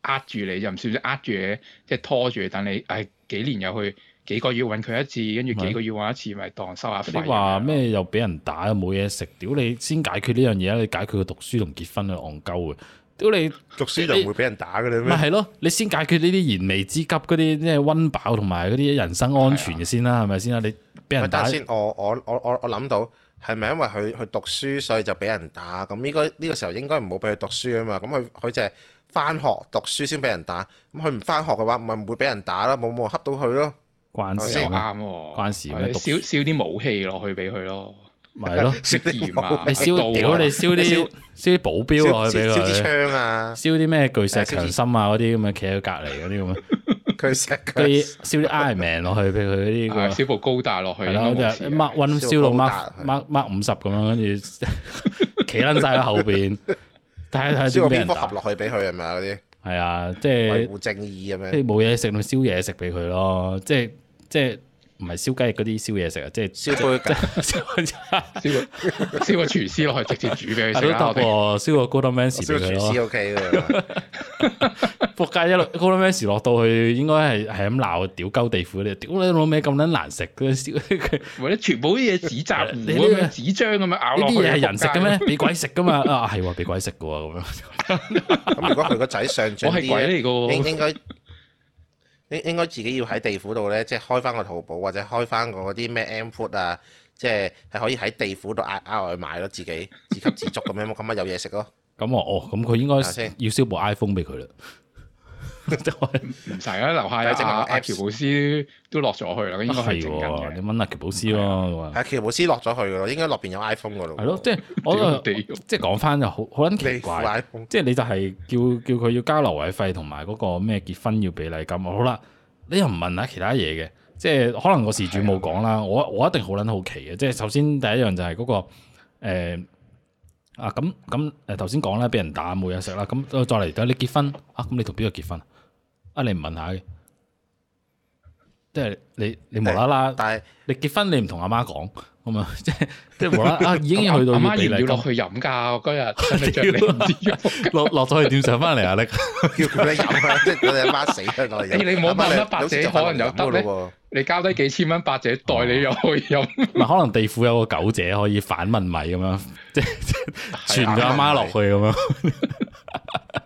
[SPEAKER 2] 呃住你，就唔算呃住你，即係拖住你，等你唉幾年又去幾個月揾佢一次，跟住幾個月揾一次，咪當收下費
[SPEAKER 1] 你
[SPEAKER 2] 咁樣。
[SPEAKER 1] 話咩又俾人打又冇嘢食，屌你先解決呢樣嘢啦！你解決個讀書同結婚係戇鳩嘅，屌你！
[SPEAKER 3] 讀書就唔會俾人打嘅啦
[SPEAKER 1] 咪
[SPEAKER 3] 咩？
[SPEAKER 1] 係咯，你先解決呢啲燃眉之急嗰啲，即係温飽同埋嗰啲人身安全嘅先啦，係咪先啦？啊你俾
[SPEAKER 3] 喂
[SPEAKER 1] 人
[SPEAKER 3] 等
[SPEAKER 1] 打
[SPEAKER 3] 下先，我我我我我諗到係咪因為佢佢讀書所以就俾人打？咁應該呢個時候應該唔好俾佢讀書啊嘛。咁佢佢就係翻學讀書先俾人打。咁佢唔翻學嘅話，咪唔會俾人打啦，冇冇人恰到佢咯。
[SPEAKER 1] 關
[SPEAKER 2] 呢
[SPEAKER 1] 事
[SPEAKER 2] 個
[SPEAKER 1] 咩？
[SPEAKER 2] 啱喎，
[SPEAKER 1] 關事咩
[SPEAKER 2] 係
[SPEAKER 1] 讀
[SPEAKER 2] 燒燒啲武器落去俾佢咯，
[SPEAKER 1] 咪係咯，
[SPEAKER 3] 燒啲
[SPEAKER 2] 鹽啊，
[SPEAKER 1] 你
[SPEAKER 2] 刀
[SPEAKER 1] 燒
[SPEAKER 2] 啊
[SPEAKER 1] 屌你燒啲
[SPEAKER 3] 燒
[SPEAKER 1] 燒啲保
[SPEAKER 3] 燒
[SPEAKER 1] 鏢落去俾
[SPEAKER 3] 燒支
[SPEAKER 1] 佢，
[SPEAKER 3] 槍啊，
[SPEAKER 1] 燒啲咩巨
[SPEAKER 3] 誒燒
[SPEAKER 1] 石
[SPEAKER 3] 支
[SPEAKER 1] 強心啊嗰啲咁嘅，企喺隔離嗰啲 咁嘅，
[SPEAKER 3] 佢石
[SPEAKER 1] 跟住
[SPEAKER 3] 佢
[SPEAKER 1] 燒啲 Iron Man 落去俾佢嗰啲咁
[SPEAKER 2] 係
[SPEAKER 1] 嘅。
[SPEAKER 2] 啊燒部啊高達落去，
[SPEAKER 1] 係
[SPEAKER 2] 應
[SPEAKER 1] 啦，
[SPEAKER 2] 該冇
[SPEAKER 1] 就
[SPEAKER 2] 事
[SPEAKER 1] mark one
[SPEAKER 3] 啊燒
[SPEAKER 1] 燒到
[SPEAKER 3] 高
[SPEAKER 1] mark
[SPEAKER 3] 達
[SPEAKER 1] mark mark 五十咁樣，跟住 企撚晒喺後邊，睇下睇
[SPEAKER 3] 燒
[SPEAKER 1] 下
[SPEAKER 3] 個
[SPEAKER 1] 啲咩
[SPEAKER 3] 蝙
[SPEAKER 1] 人
[SPEAKER 3] 蝠俠
[SPEAKER 1] 打。
[SPEAKER 3] 落去俾佢係咪啊嗰啲
[SPEAKER 1] 係啊，即
[SPEAKER 3] 維
[SPEAKER 1] 係
[SPEAKER 3] 護正義咁
[SPEAKER 1] 即
[SPEAKER 3] 樣，
[SPEAKER 1] 係冇嘢食咪燒嘢食俾佢咯，即係即係唔係燒雞嗰啲燒嘢食啊，即係
[SPEAKER 3] 燒杯架
[SPEAKER 1] 係
[SPEAKER 2] 燒個 燒個廚師落去，直接煮俾佢食啊
[SPEAKER 1] 都
[SPEAKER 2] 啦。我
[SPEAKER 1] 得
[SPEAKER 2] 哋
[SPEAKER 1] 喎，燒個 Golden Mans
[SPEAKER 3] 燒
[SPEAKER 1] 俾佢
[SPEAKER 3] 廚
[SPEAKER 1] 咯
[SPEAKER 3] 師。OK 嘅，
[SPEAKER 1] 仆街一路 g o l d m a s 落到去，應該係係咁鬧屌鳩地府你，屌你老味咁撚難食，佢燒佢
[SPEAKER 2] 或者全部啲嘢紙紮糊
[SPEAKER 1] 你呢
[SPEAKER 2] 咁
[SPEAKER 1] 個
[SPEAKER 2] 樣紙張咁樣咬
[SPEAKER 1] 呢
[SPEAKER 2] 落去，
[SPEAKER 1] 啲嘢係人食嘅
[SPEAKER 2] 仆
[SPEAKER 1] 咩
[SPEAKER 2] 街？？
[SPEAKER 1] 俾鬼食噶嘛？啊係喎，俾鬼食嘅喎咁樣。
[SPEAKER 3] 咁如果佢個仔上進
[SPEAKER 2] 我係
[SPEAKER 3] 啲咧，
[SPEAKER 2] 鬼嚟㗎
[SPEAKER 3] 應
[SPEAKER 2] 喎，
[SPEAKER 3] 應該應應該自己要喺地府度咧，即係開翻個淘寶或者開翻個嗰啲咩 M Food 啊，即係係可以喺地府度嗌嗌外賣咯，自己自給自足咁樣，咁咪有嘢食咯。
[SPEAKER 1] 咁我哦，咁佢應該
[SPEAKER 3] 下先
[SPEAKER 1] 要燒部 iPhone 俾佢啦。
[SPEAKER 2] 唔使啦，樓下
[SPEAKER 1] 啊
[SPEAKER 3] 但係正話
[SPEAKER 2] 阿阿
[SPEAKER 3] Apps
[SPEAKER 2] 喬布斯都落咗去啦， 應該係
[SPEAKER 1] 係
[SPEAKER 2] 整
[SPEAKER 1] 喎，你
[SPEAKER 2] 緊嘅。
[SPEAKER 1] 問阿喬布斯咯。咁啊
[SPEAKER 3] 係喬布斯落咗去噶咯，應該落邊有 iPhone 噶咯。
[SPEAKER 1] 係咯，即係我
[SPEAKER 2] 屌地獄
[SPEAKER 1] 即係講翻就好好撚奇
[SPEAKER 3] 地府
[SPEAKER 1] 怪，
[SPEAKER 3] iPhone。
[SPEAKER 1] 即係你就係叫叫佢要交留位費同埋嗰個咩結婚要俾禮金。啊好啦，你又唔問下其他嘢嘅，即係可能個事主冇講啦。我我一定好撚好奇嘅，即係首先第一樣就係嗰、個、呃啊咁咁誒頭先講啦，俾人打冇嘢食啦，咁呃再嚟到你結婚啊，咁你同邊個結婚啊？你唔問下嘅，即係你你無啦啦。
[SPEAKER 3] 但係
[SPEAKER 1] 你結婚你唔同阿媽講咁啊，即係即係無啦啦啊，已經去到要
[SPEAKER 2] 阿媽
[SPEAKER 1] 俾
[SPEAKER 2] 要唔要
[SPEAKER 1] 禮
[SPEAKER 2] 落去
[SPEAKER 1] 金，
[SPEAKER 2] 飲㗎？嗰日真係着你唔知 咗。
[SPEAKER 1] 落落咗去點上翻嚟啊？你
[SPEAKER 3] 叫佢飲啊，即係你阿媽死 啦落嚟飲。
[SPEAKER 2] 哎你你唔好問啦白姐可能有得咧
[SPEAKER 3] 喎。
[SPEAKER 2] 你交低幾千蚊，八姐代你入去飲。
[SPEAKER 1] 唔係可能地府有個狗姐可以反問米咁
[SPEAKER 3] 啊
[SPEAKER 1] 樣，即係即係傳咗阿媽落去咁樣，
[SPEAKER 3] 啊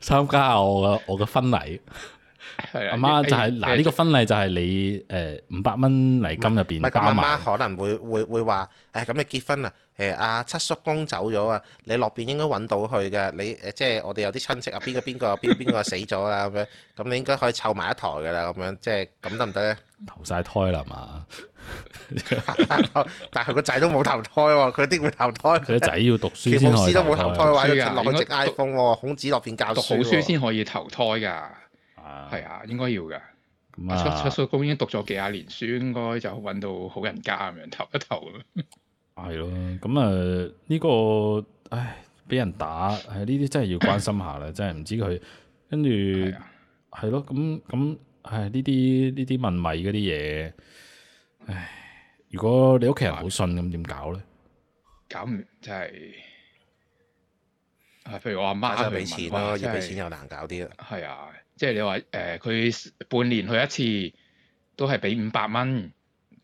[SPEAKER 1] 參加下我嘅我嘅婚禮。
[SPEAKER 2] 係啊
[SPEAKER 1] 阿媽就係嗱呢個，婚禮就係你誒五百蚊禮金入
[SPEAKER 3] 唔係
[SPEAKER 1] 邊
[SPEAKER 3] 咁
[SPEAKER 1] 包
[SPEAKER 3] 阿
[SPEAKER 1] 埋
[SPEAKER 3] 媽。可能會會會話，誒咁你結婚啊？誒阿七叔公走咗啊，你落邊應該揾到佢嘅。你誒即係我哋有啲親戚啊，邊個邊個 邊邊個死咗啦咁樣，咁你應該可以湊埋一台㗎啦咁樣，即係咁得唔得咧？
[SPEAKER 1] 投晒胎啦嘛，
[SPEAKER 3] 但係佢個仔都冇投胎喎，佢啲會投胎。
[SPEAKER 1] 佢啲仔要讀書
[SPEAKER 3] 喬
[SPEAKER 1] 先
[SPEAKER 3] 布
[SPEAKER 1] 可
[SPEAKER 3] 斯
[SPEAKER 1] 以
[SPEAKER 3] 都冇
[SPEAKER 1] 投
[SPEAKER 3] 投
[SPEAKER 1] 胎
[SPEAKER 3] 胎話
[SPEAKER 2] 書
[SPEAKER 3] 要
[SPEAKER 2] 㗎
[SPEAKER 3] 落去
[SPEAKER 2] 應
[SPEAKER 3] 整
[SPEAKER 2] 該讀
[SPEAKER 3] iPhone 喎，孔子落邊教
[SPEAKER 2] 讀好
[SPEAKER 3] 書
[SPEAKER 2] 書
[SPEAKER 3] 喎。
[SPEAKER 2] 先可以投胎㗎，
[SPEAKER 1] 啊
[SPEAKER 2] 係啊，應該要㗎。
[SPEAKER 1] 咁
[SPEAKER 2] 出
[SPEAKER 1] 啊
[SPEAKER 2] 出。叔公已經讀咗幾廿年書，應該就揾到好人家咁樣投一投咁樣。
[SPEAKER 1] 系咯，咁啊呢個，唉，俾人打，係呢啲真係要關心下啦，真係唔知佢跟住
[SPEAKER 2] 係啊
[SPEAKER 1] 係咯，咁咁係呢啲呢啲問米嗰啲嘢，唉，如果你屋企人好信咁點搞咧？
[SPEAKER 2] 搞唔真係啊！譬如我阿媽
[SPEAKER 3] 打
[SPEAKER 2] 佢
[SPEAKER 3] 就俾錢咯，要俾錢
[SPEAKER 2] 又
[SPEAKER 3] 又難搞啲啦。
[SPEAKER 2] 係啊！即係你話誒，佢、半年去一次都係俾五百蚊，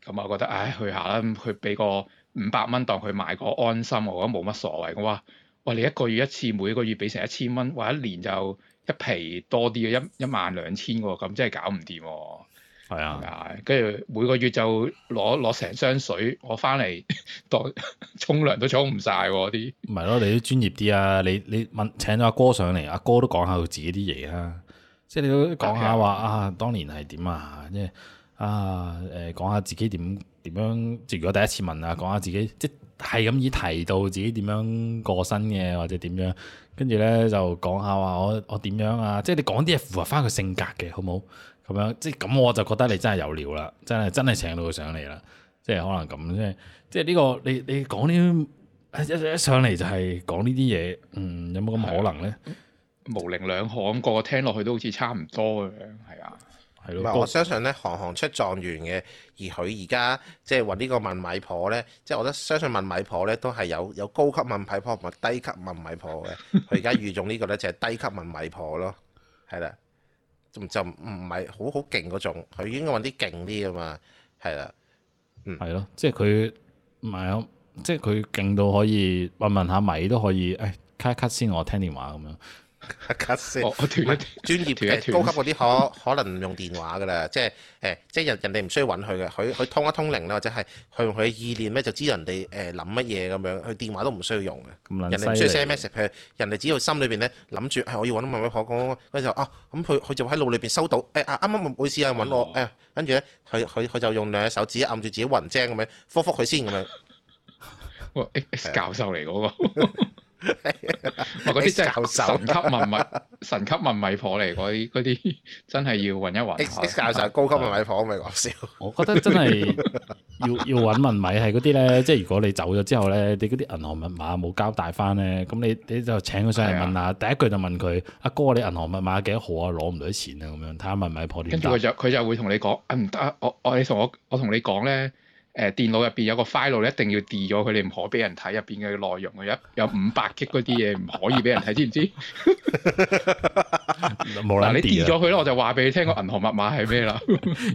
[SPEAKER 2] 咁我覺得唉，去下啦，咁佢俾個五百蚊當佢買個安心，我覺得冇乜所謂。我話哇，你一個月一次，每個月俾成一千蚊，哇，一年就一皮多啲嘅，一一萬兩千喎，咁真係搞唔掂喎。
[SPEAKER 1] 係
[SPEAKER 2] 係
[SPEAKER 1] 啊，
[SPEAKER 2] 啊，跟住每個月就攞攞成箱水，我翻嚟 當沖涼都沖唔晒喎啲。
[SPEAKER 1] 唔係咯，你都專業啲啊，你你問請咗阿哥上嚟，阿哥都講下佢自己啲嘢啊，即係你都講下話啊，當年係點啊，即係啊誒講下自己點點樣，即係如果第一次問啊，講下自己即係咁以提到自己點樣過身嘅，或者點樣，跟住咧就講下話我我點樣啊，即係你講啲嘢符合翻佢性格嘅，好冇？咁樣即係咁我就覺得你真係有料啦，真係真係請到佢上嚟啦，即係可能咁即係即係呢、個你你講呢啲一一上嚟就係講呢啲嘢，嗯，有冇咁可能咧？
[SPEAKER 2] 模棱兩可咁，個個聽落去都好似差唔多咁樣，係啊，
[SPEAKER 1] 係
[SPEAKER 3] 唔
[SPEAKER 1] 咯，
[SPEAKER 3] 係，我
[SPEAKER 1] 個
[SPEAKER 3] 相信咧，行行出狀元嘅，而佢而家即係揾呢個問米婆咧，即係我覺得相信問米婆咧都係有有高級問米婆同埋低級問米婆嘅。 佢而家遇中呢個咧就係低級問米婆咯，係啦，就就唔係好好勁嗰種，佢應該揾啲勁啲噶嘛，係啦，
[SPEAKER 1] 係咯，即係佢唔係啊，即係佢勁到可以問問下米都可以，誒 cut 一 cut 先，我聽電話咁樣，
[SPEAKER 3] 卡先。
[SPEAKER 2] 我我斷一斷
[SPEAKER 3] 專業
[SPEAKER 2] 哦斷一
[SPEAKER 3] 嘅
[SPEAKER 2] 斷
[SPEAKER 3] 高級嗰啲可可能唔用電話噶啦，即係誒，即係人人哋唔需要揾佢嘅，佢佢通一通靈咧，或者係佢用佢嘅意念咧就知人哋誒諗乜嘢咁樣，佢電話都唔需要用嘅，
[SPEAKER 1] 咁
[SPEAKER 3] 人哋唔
[SPEAKER 1] 撚
[SPEAKER 3] 需要
[SPEAKER 1] 犀
[SPEAKER 3] send
[SPEAKER 1] 利。
[SPEAKER 3] message 佢，人哋只要心裏邊咧諗住哎係我要揾乜乜婆講，跟住就啊咁佢佢就喺腦裏邊收到誒啊啱啱唔好意思
[SPEAKER 1] 哦
[SPEAKER 3] 啊揾我誒，跟住咧佢佢佢就用兩隻手指按住自己雲精咁樣，科覆佢先咁樣，
[SPEAKER 2] 哇，X X
[SPEAKER 3] 啊
[SPEAKER 2] 教授嚟嗰個， 我嗰
[SPEAKER 3] X
[SPEAKER 2] 啲真
[SPEAKER 3] 教授
[SPEAKER 2] 係神級文物，神級文米婆嚟嗰啲，嗰啲真係要揾一
[SPEAKER 1] 哦
[SPEAKER 2] 揾
[SPEAKER 3] X
[SPEAKER 2] 下。
[SPEAKER 3] X 教授高級咪咪房咪講笑，
[SPEAKER 1] 我覺得真係要要揾文米係嗰啲咧，即係如果你走咗之後咧，你嗰啲銀行密碼冇交代翻咧，咁你你就請佢上嚟問
[SPEAKER 2] 啊
[SPEAKER 1] 下，第一句就問佢：阿哥，你銀行密碼幾多號啊？攞唔到啲錢啊？咁樣睇下文米破點
[SPEAKER 2] 跟住
[SPEAKER 1] 答
[SPEAKER 2] 佢。就佢就會同你講，啊唔得啊，我我你同我我同你講咧，誒、電腦入邊有個 file 你一定要 delete 咗佢，你唔可以俾人睇入邊嘅內容嘅，有有五百 G 嗰啲嘢唔可以俾人睇，知 唔知？
[SPEAKER 1] 冇
[SPEAKER 2] 嗱
[SPEAKER 1] 撚
[SPEAKER 2] 你 delete
[SPEAKER 1] 跌
[SPEAKER 2] 咗
[SPEAKER 1] 啊！
[SPEAKER 2] 佢咧，我就話俾你聽個銀行密碼係咩 啦。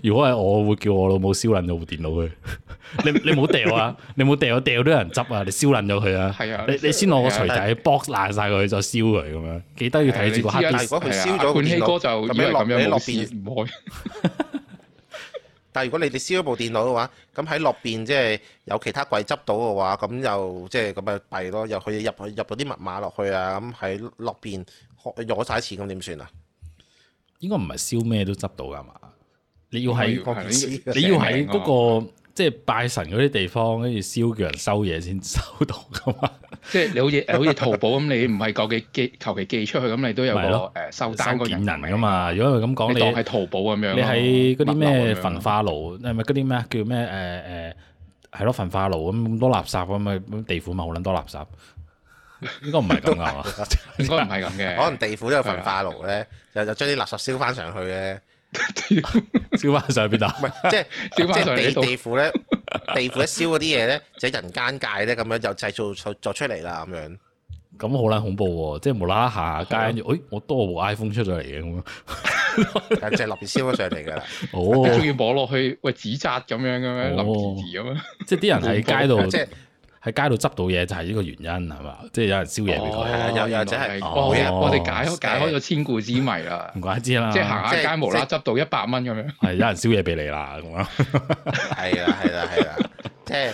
[SPEAKER 1] 如果係我，會叫我老母燒撚咗部電腦佢。 你你冇掉啊！你冇掉，掉都有人執啊！你燒撚咗佢啊！
[SPEAKER 2] 係啊
[SPEAKER 1] 你你先攞個
[SPEAKER 2] 係啊
[SPEAKER 1] 錘仔 box 爛晒佢，再燒佢咁樣。記得要睇住個黑
[SPEAKER 2] 係啊
[SPEAKER 1] 啲
[SPEAKER 2] 你
[SPEAKER 3] 但
[SPEAKER 2] 知
[SPEAKER 3] 係如果
[SPEAKER 2] 係
[SPEAKER 3] 佢
[SPEAKER 2] 啊
[SPEAKER 3] 燒
[SPEAKER 2] 阿
[SPEAKER 3] 咗個
[SPEAKER 2] 冠希
[SPEAKER 3] 電
[SPEAKER 2] 哥
[SPEAKER 3] 腦，
[SPEAKER 2] 就
[SPEAKER 3] 咁
[SPEAKER 2] 以為
[SPEAKER 3] 樣落
[SPEAKER 2] 咁樣
[SPEAKER 3] 你落
[SPEAKER 2] 冇
[SPEAKER 3] 邊
[SPEAKER 2] 事，唔開。
[SPEAKER 3] 但係如果你哋燒咗部電腦嘅話，咁喺落邊即係有其他櫃執到嘅話，咁又即係咁咪弊咯，又佢入去入咗啲密碼落去啊，咁喺落邊攞晒錢咁點算啊？
[SPEAKER 1] 應該唔係燒咩都執到㗎嘛？你要喺
[SPEAKER 2] 應該要係啊
[SPEAKER 3] 你
[SPEAKER 2] 應該
[SPEAKER 1] 你要喺
[SPEAKER 2] 成名啊
[SPEAKER 1] 嗰個即係拜神嗰啲地方，跟住燒叫人收嘢先收到噶嘛？
[SPEAKER 2] 即係你好似好似淘寶咁，你唔係求其寄求其寄出去咁，你都有個
[SPEAKER 1] 咪係咯
[SPEAKER 2] 誒 收單
[SPEAKER 1] 收
[SPEAKER 2] 嗰
[SPEAKER 1] 件
[SPEAKER 2] 人
[SPEAKER 1] 人噶，嘛？如果佢咁講，
[SPEAKER 2] 你當係
[SPEAKER 1] 你
[SPEAKER 2] 淘寶咁樣咯。
[SPEAKER 1] 你喺嗰啲
[SPEAKER 2] 物流
[SPEAKER 1] 咩
[SPEAKER 2] 咁樣
[SPEAKER 1] 焚化爐，係咪嗰啲咩叫咩誒誒係咯焚化爐咁咁多垃圾咁啊？咁地府咪好撚多垃圾？應該唔係咁噶 嘛？
[SPEAKER 2] 應該唔係咁
[SPEAKER 3] 可
[SPEAKER 2] 嘅。
[SPEAKER 3] 能地府都有焚化 爐咧，就就將啲垃圾燒翻上去嘅，
[SPEAKER 1] 燒翻上邊啊
[SPEAKER 3] 唔？係 即係即
[SPEAKER 2] 燒返上嚟
[SPEAKER 3] 係
[SPEAKER 2] 呢
[SPEAKER 3] 地
[SPEAKER 2] 度
[SPEAKER 3] 地府咧，地府一燒嗰啲嘢咧，就喺人間界咧咁樣就製造出作出嚟啦咁樣。
[SPEAKER 1] 咁好撚恐怖喎！即係無啦啦行下街，跟
[SPEAKER 2] 啊
[SPEAKER 1] 住誒哎我多部 iPhone 出咗嚟嘅咁 樣。
[SPEAKER 3] 就係落邊燒咗上嚟㗎啦，
[SPEAKER 2] 你仲
[SPEAKER 1] 哦，
[SPEAKER 2] 要摸落去喂紙紮咁樣嘅咩？
[SPEAKER 1] 哦
[SPEAKER 2] 林字字咁樣。
[SPEAKER 1] 即係啲人 喺街度
[SPEAKER 3] 即係
[SPEAKER 1] 喺街度執到嘢就係呢個原因係嘛？即係有人燒嘢俾
[SPEAKER 2] 哦
[SPEAKER 1] 佢，
[SPEAKER 3] 係啊又又真係
[SPEAKER 2] 原
[SPEAKER 1] 哦嗯
[SPEAKER 2] 來哦我哋我哋解開
[SPEAKER 3] 哦
[SPEAKER 2] 解開咗千古之謎啦
[SPEAKER 1] 唔。怪之啦。
[SPEAKER 2] 即係行下街無啦啦
[SPEAKER 3] 即
[SPEAKER 2] 執到一百蚊咁樣，
[SPEAKER 1] 係有人燒嘢俾你啦，咁樣
[SPEAKER 3] 係啦係啦係啦，即係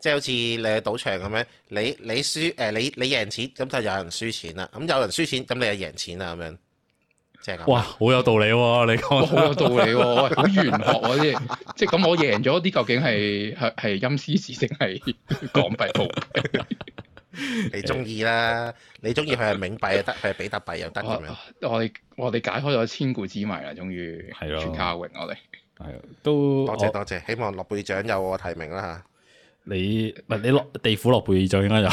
[SPEAKER 3] 即係好似你去賭場咁樣，你你輸誒你你贏錢，咁就有人輸錢啦，咁有人輸錢，咁你就贏錢啦咁樣，即係咁。
[SPEAKER 1] 哇，好有道理喎、你
[SPEAKER 2] 哇
[SPEAKER 1] 講
[SPEAKER 2] 好有道理喎！喂，好玄學喎，即係即係咁，我贏咗啲究竟係係係陰司紙定 係港幣報？
[SPEAKER 3] 你中意啦，你中意佢係冥幣又得，佢係比特幣又得咁樣
[SPEAKER 2] 我。我哋我哋解開咗千古之謎啦，終於
[SPEAKER 1] 係咯
[SPEAKER 2] 全靠榮我哋。
[SPEAKER 1] 係啊都
[SPEAKER 3] 多謝
[SPEAKER 1] 我
[SPEAKER 3] 多謝，希望諾貝獎有我提名啦
[SPEAKER 1] 你唔係你落地府落貝爾獎應該有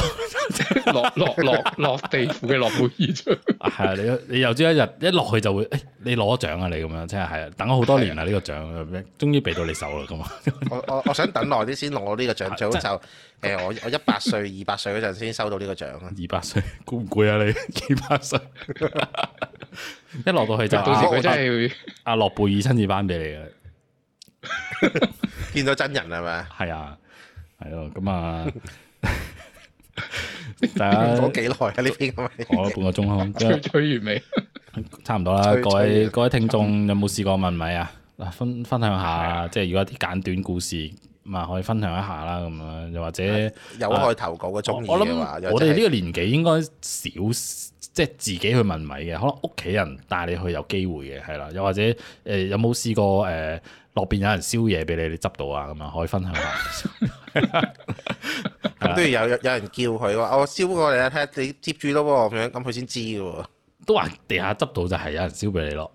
[SPEAKER 2] 落落落落地府嘅諾貝爾 獎，
[SPEAKER 1] 係啊！你你又知一日一落去就會誒、哎你攞獎啊！你咁樣即係係啊等咗好多年啦呢個獎，啊終於俾到你手啦咁啊！
[SPEAKER 3] 嚇。我我我想等耐啲先攞呢個獎，最好就誒我我一百歲、 二百歲嗰陣先收到呢個獎啊。
[SPEAKER 1] 二百歲攰唔攰啊你？ 二百歲一落到去就啊
[SPEAKER 2] 到時佢真
[SPEAKER 1] 係
[SPEAKER 2] 係
[SPEAKER 1] 阿諾貝爾親自頒俾你嘅，
[SPEAKER 3] 見到真人係咪啊？
[SPEAKER 1] 係啊係咯咁啊！ 大家
[SPEAKER 3] 講幾耐啊？呢邊咁樣
[SPEAKER 1] 講咗半個鐘啊啦，
[SPEAKER 2] 會吹吹完未？
[SPEAKER 1] 差唔多啦，
[SPEAKER 3] 吹
[SPEAKER 1] 各位
[SPEAKER 3] 吹
[SPEAKER 1] 各位聽眾有冇試過問米啊？嗱，分分享下，即係如果有啲簡短故事，咁啊可以分享一下啦，咁樣又或者
[SPEAKER 3] 有開投稿嘅
[SPEAKER 1] 我
[SPEAKER 3] 中意
[SPEAKER 1] 我
[SPEAKER 3] 嘅話，
[SPEAKER 1] 諗
[SPEAKER 3] 又
[SPEAKER 1] 我哋
[SPEAKER 3] 真
[SPEAKER 1] 呢
[SPEAKER 3] 係
[SPEAKER 1] 個年紀應該少即係自己去問米嘅，可能屋企人帶你去有機會嘅，係啦，又或者誒、呃有冇試過誒落邊有人燒嘢俾你，你執到啊咁啊，可以分享下。
[SPEAKER 3] 咁都要有有有人叫佢話我燒過你啊，睇下你接住咯喎咁樣，咁佢先知嘅喎。
[SPEAKER 1] 都話地下執到就係有人燒俾你咯。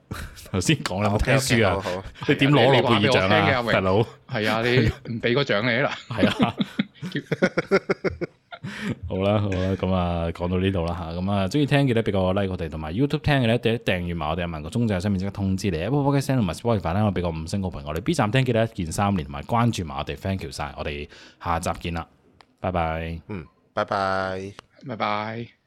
[SPEAKER 1] 頭先講啦，我聽
[SPEAKER 3] OK，OK，
[SPEAKER 1] 書
[SPEAKER 3] 哦好
[SPEAKER 1] 啊，
[SPEAKER 3] 好
[SPEAKER 1] 你點攞
[SPEAKER 2] 你
[SPEAKER 1] 諾
[SPEAKER 2] 你話
[SPEAKER 1] 貝
[SPEAKER 2] 俾我
[SPEAKER 1] 爾獎
[SPEAKER 2] 聽嘅阿
[SPEAKER 1] 啊，
[SPEAKER 2] 榮
[SPEAKER 1] 大佬？
[SPEAKER 2] 係啊，你唔俾個獎你啦，
[SPEAKER 1] 系啊，好啦好啦，咁啊講到呢度啦吓，咁啊中意聽記得俾個 like 我哋，同埋 YouTube 聽嘅咧記得訂閱埋我哋，問個鐘就有新面即刻通知你。Apple Podcast 同埋 Spotify 咧，我俾個五星好評我哋。B 站聽記得一鍵三連，同埋關注埋我哋 thank you 晒，我哋下集見啦，拜拜。
[SPEAKER 3] 嗯，拜拜。
[SPEAKER 2] 拜拜。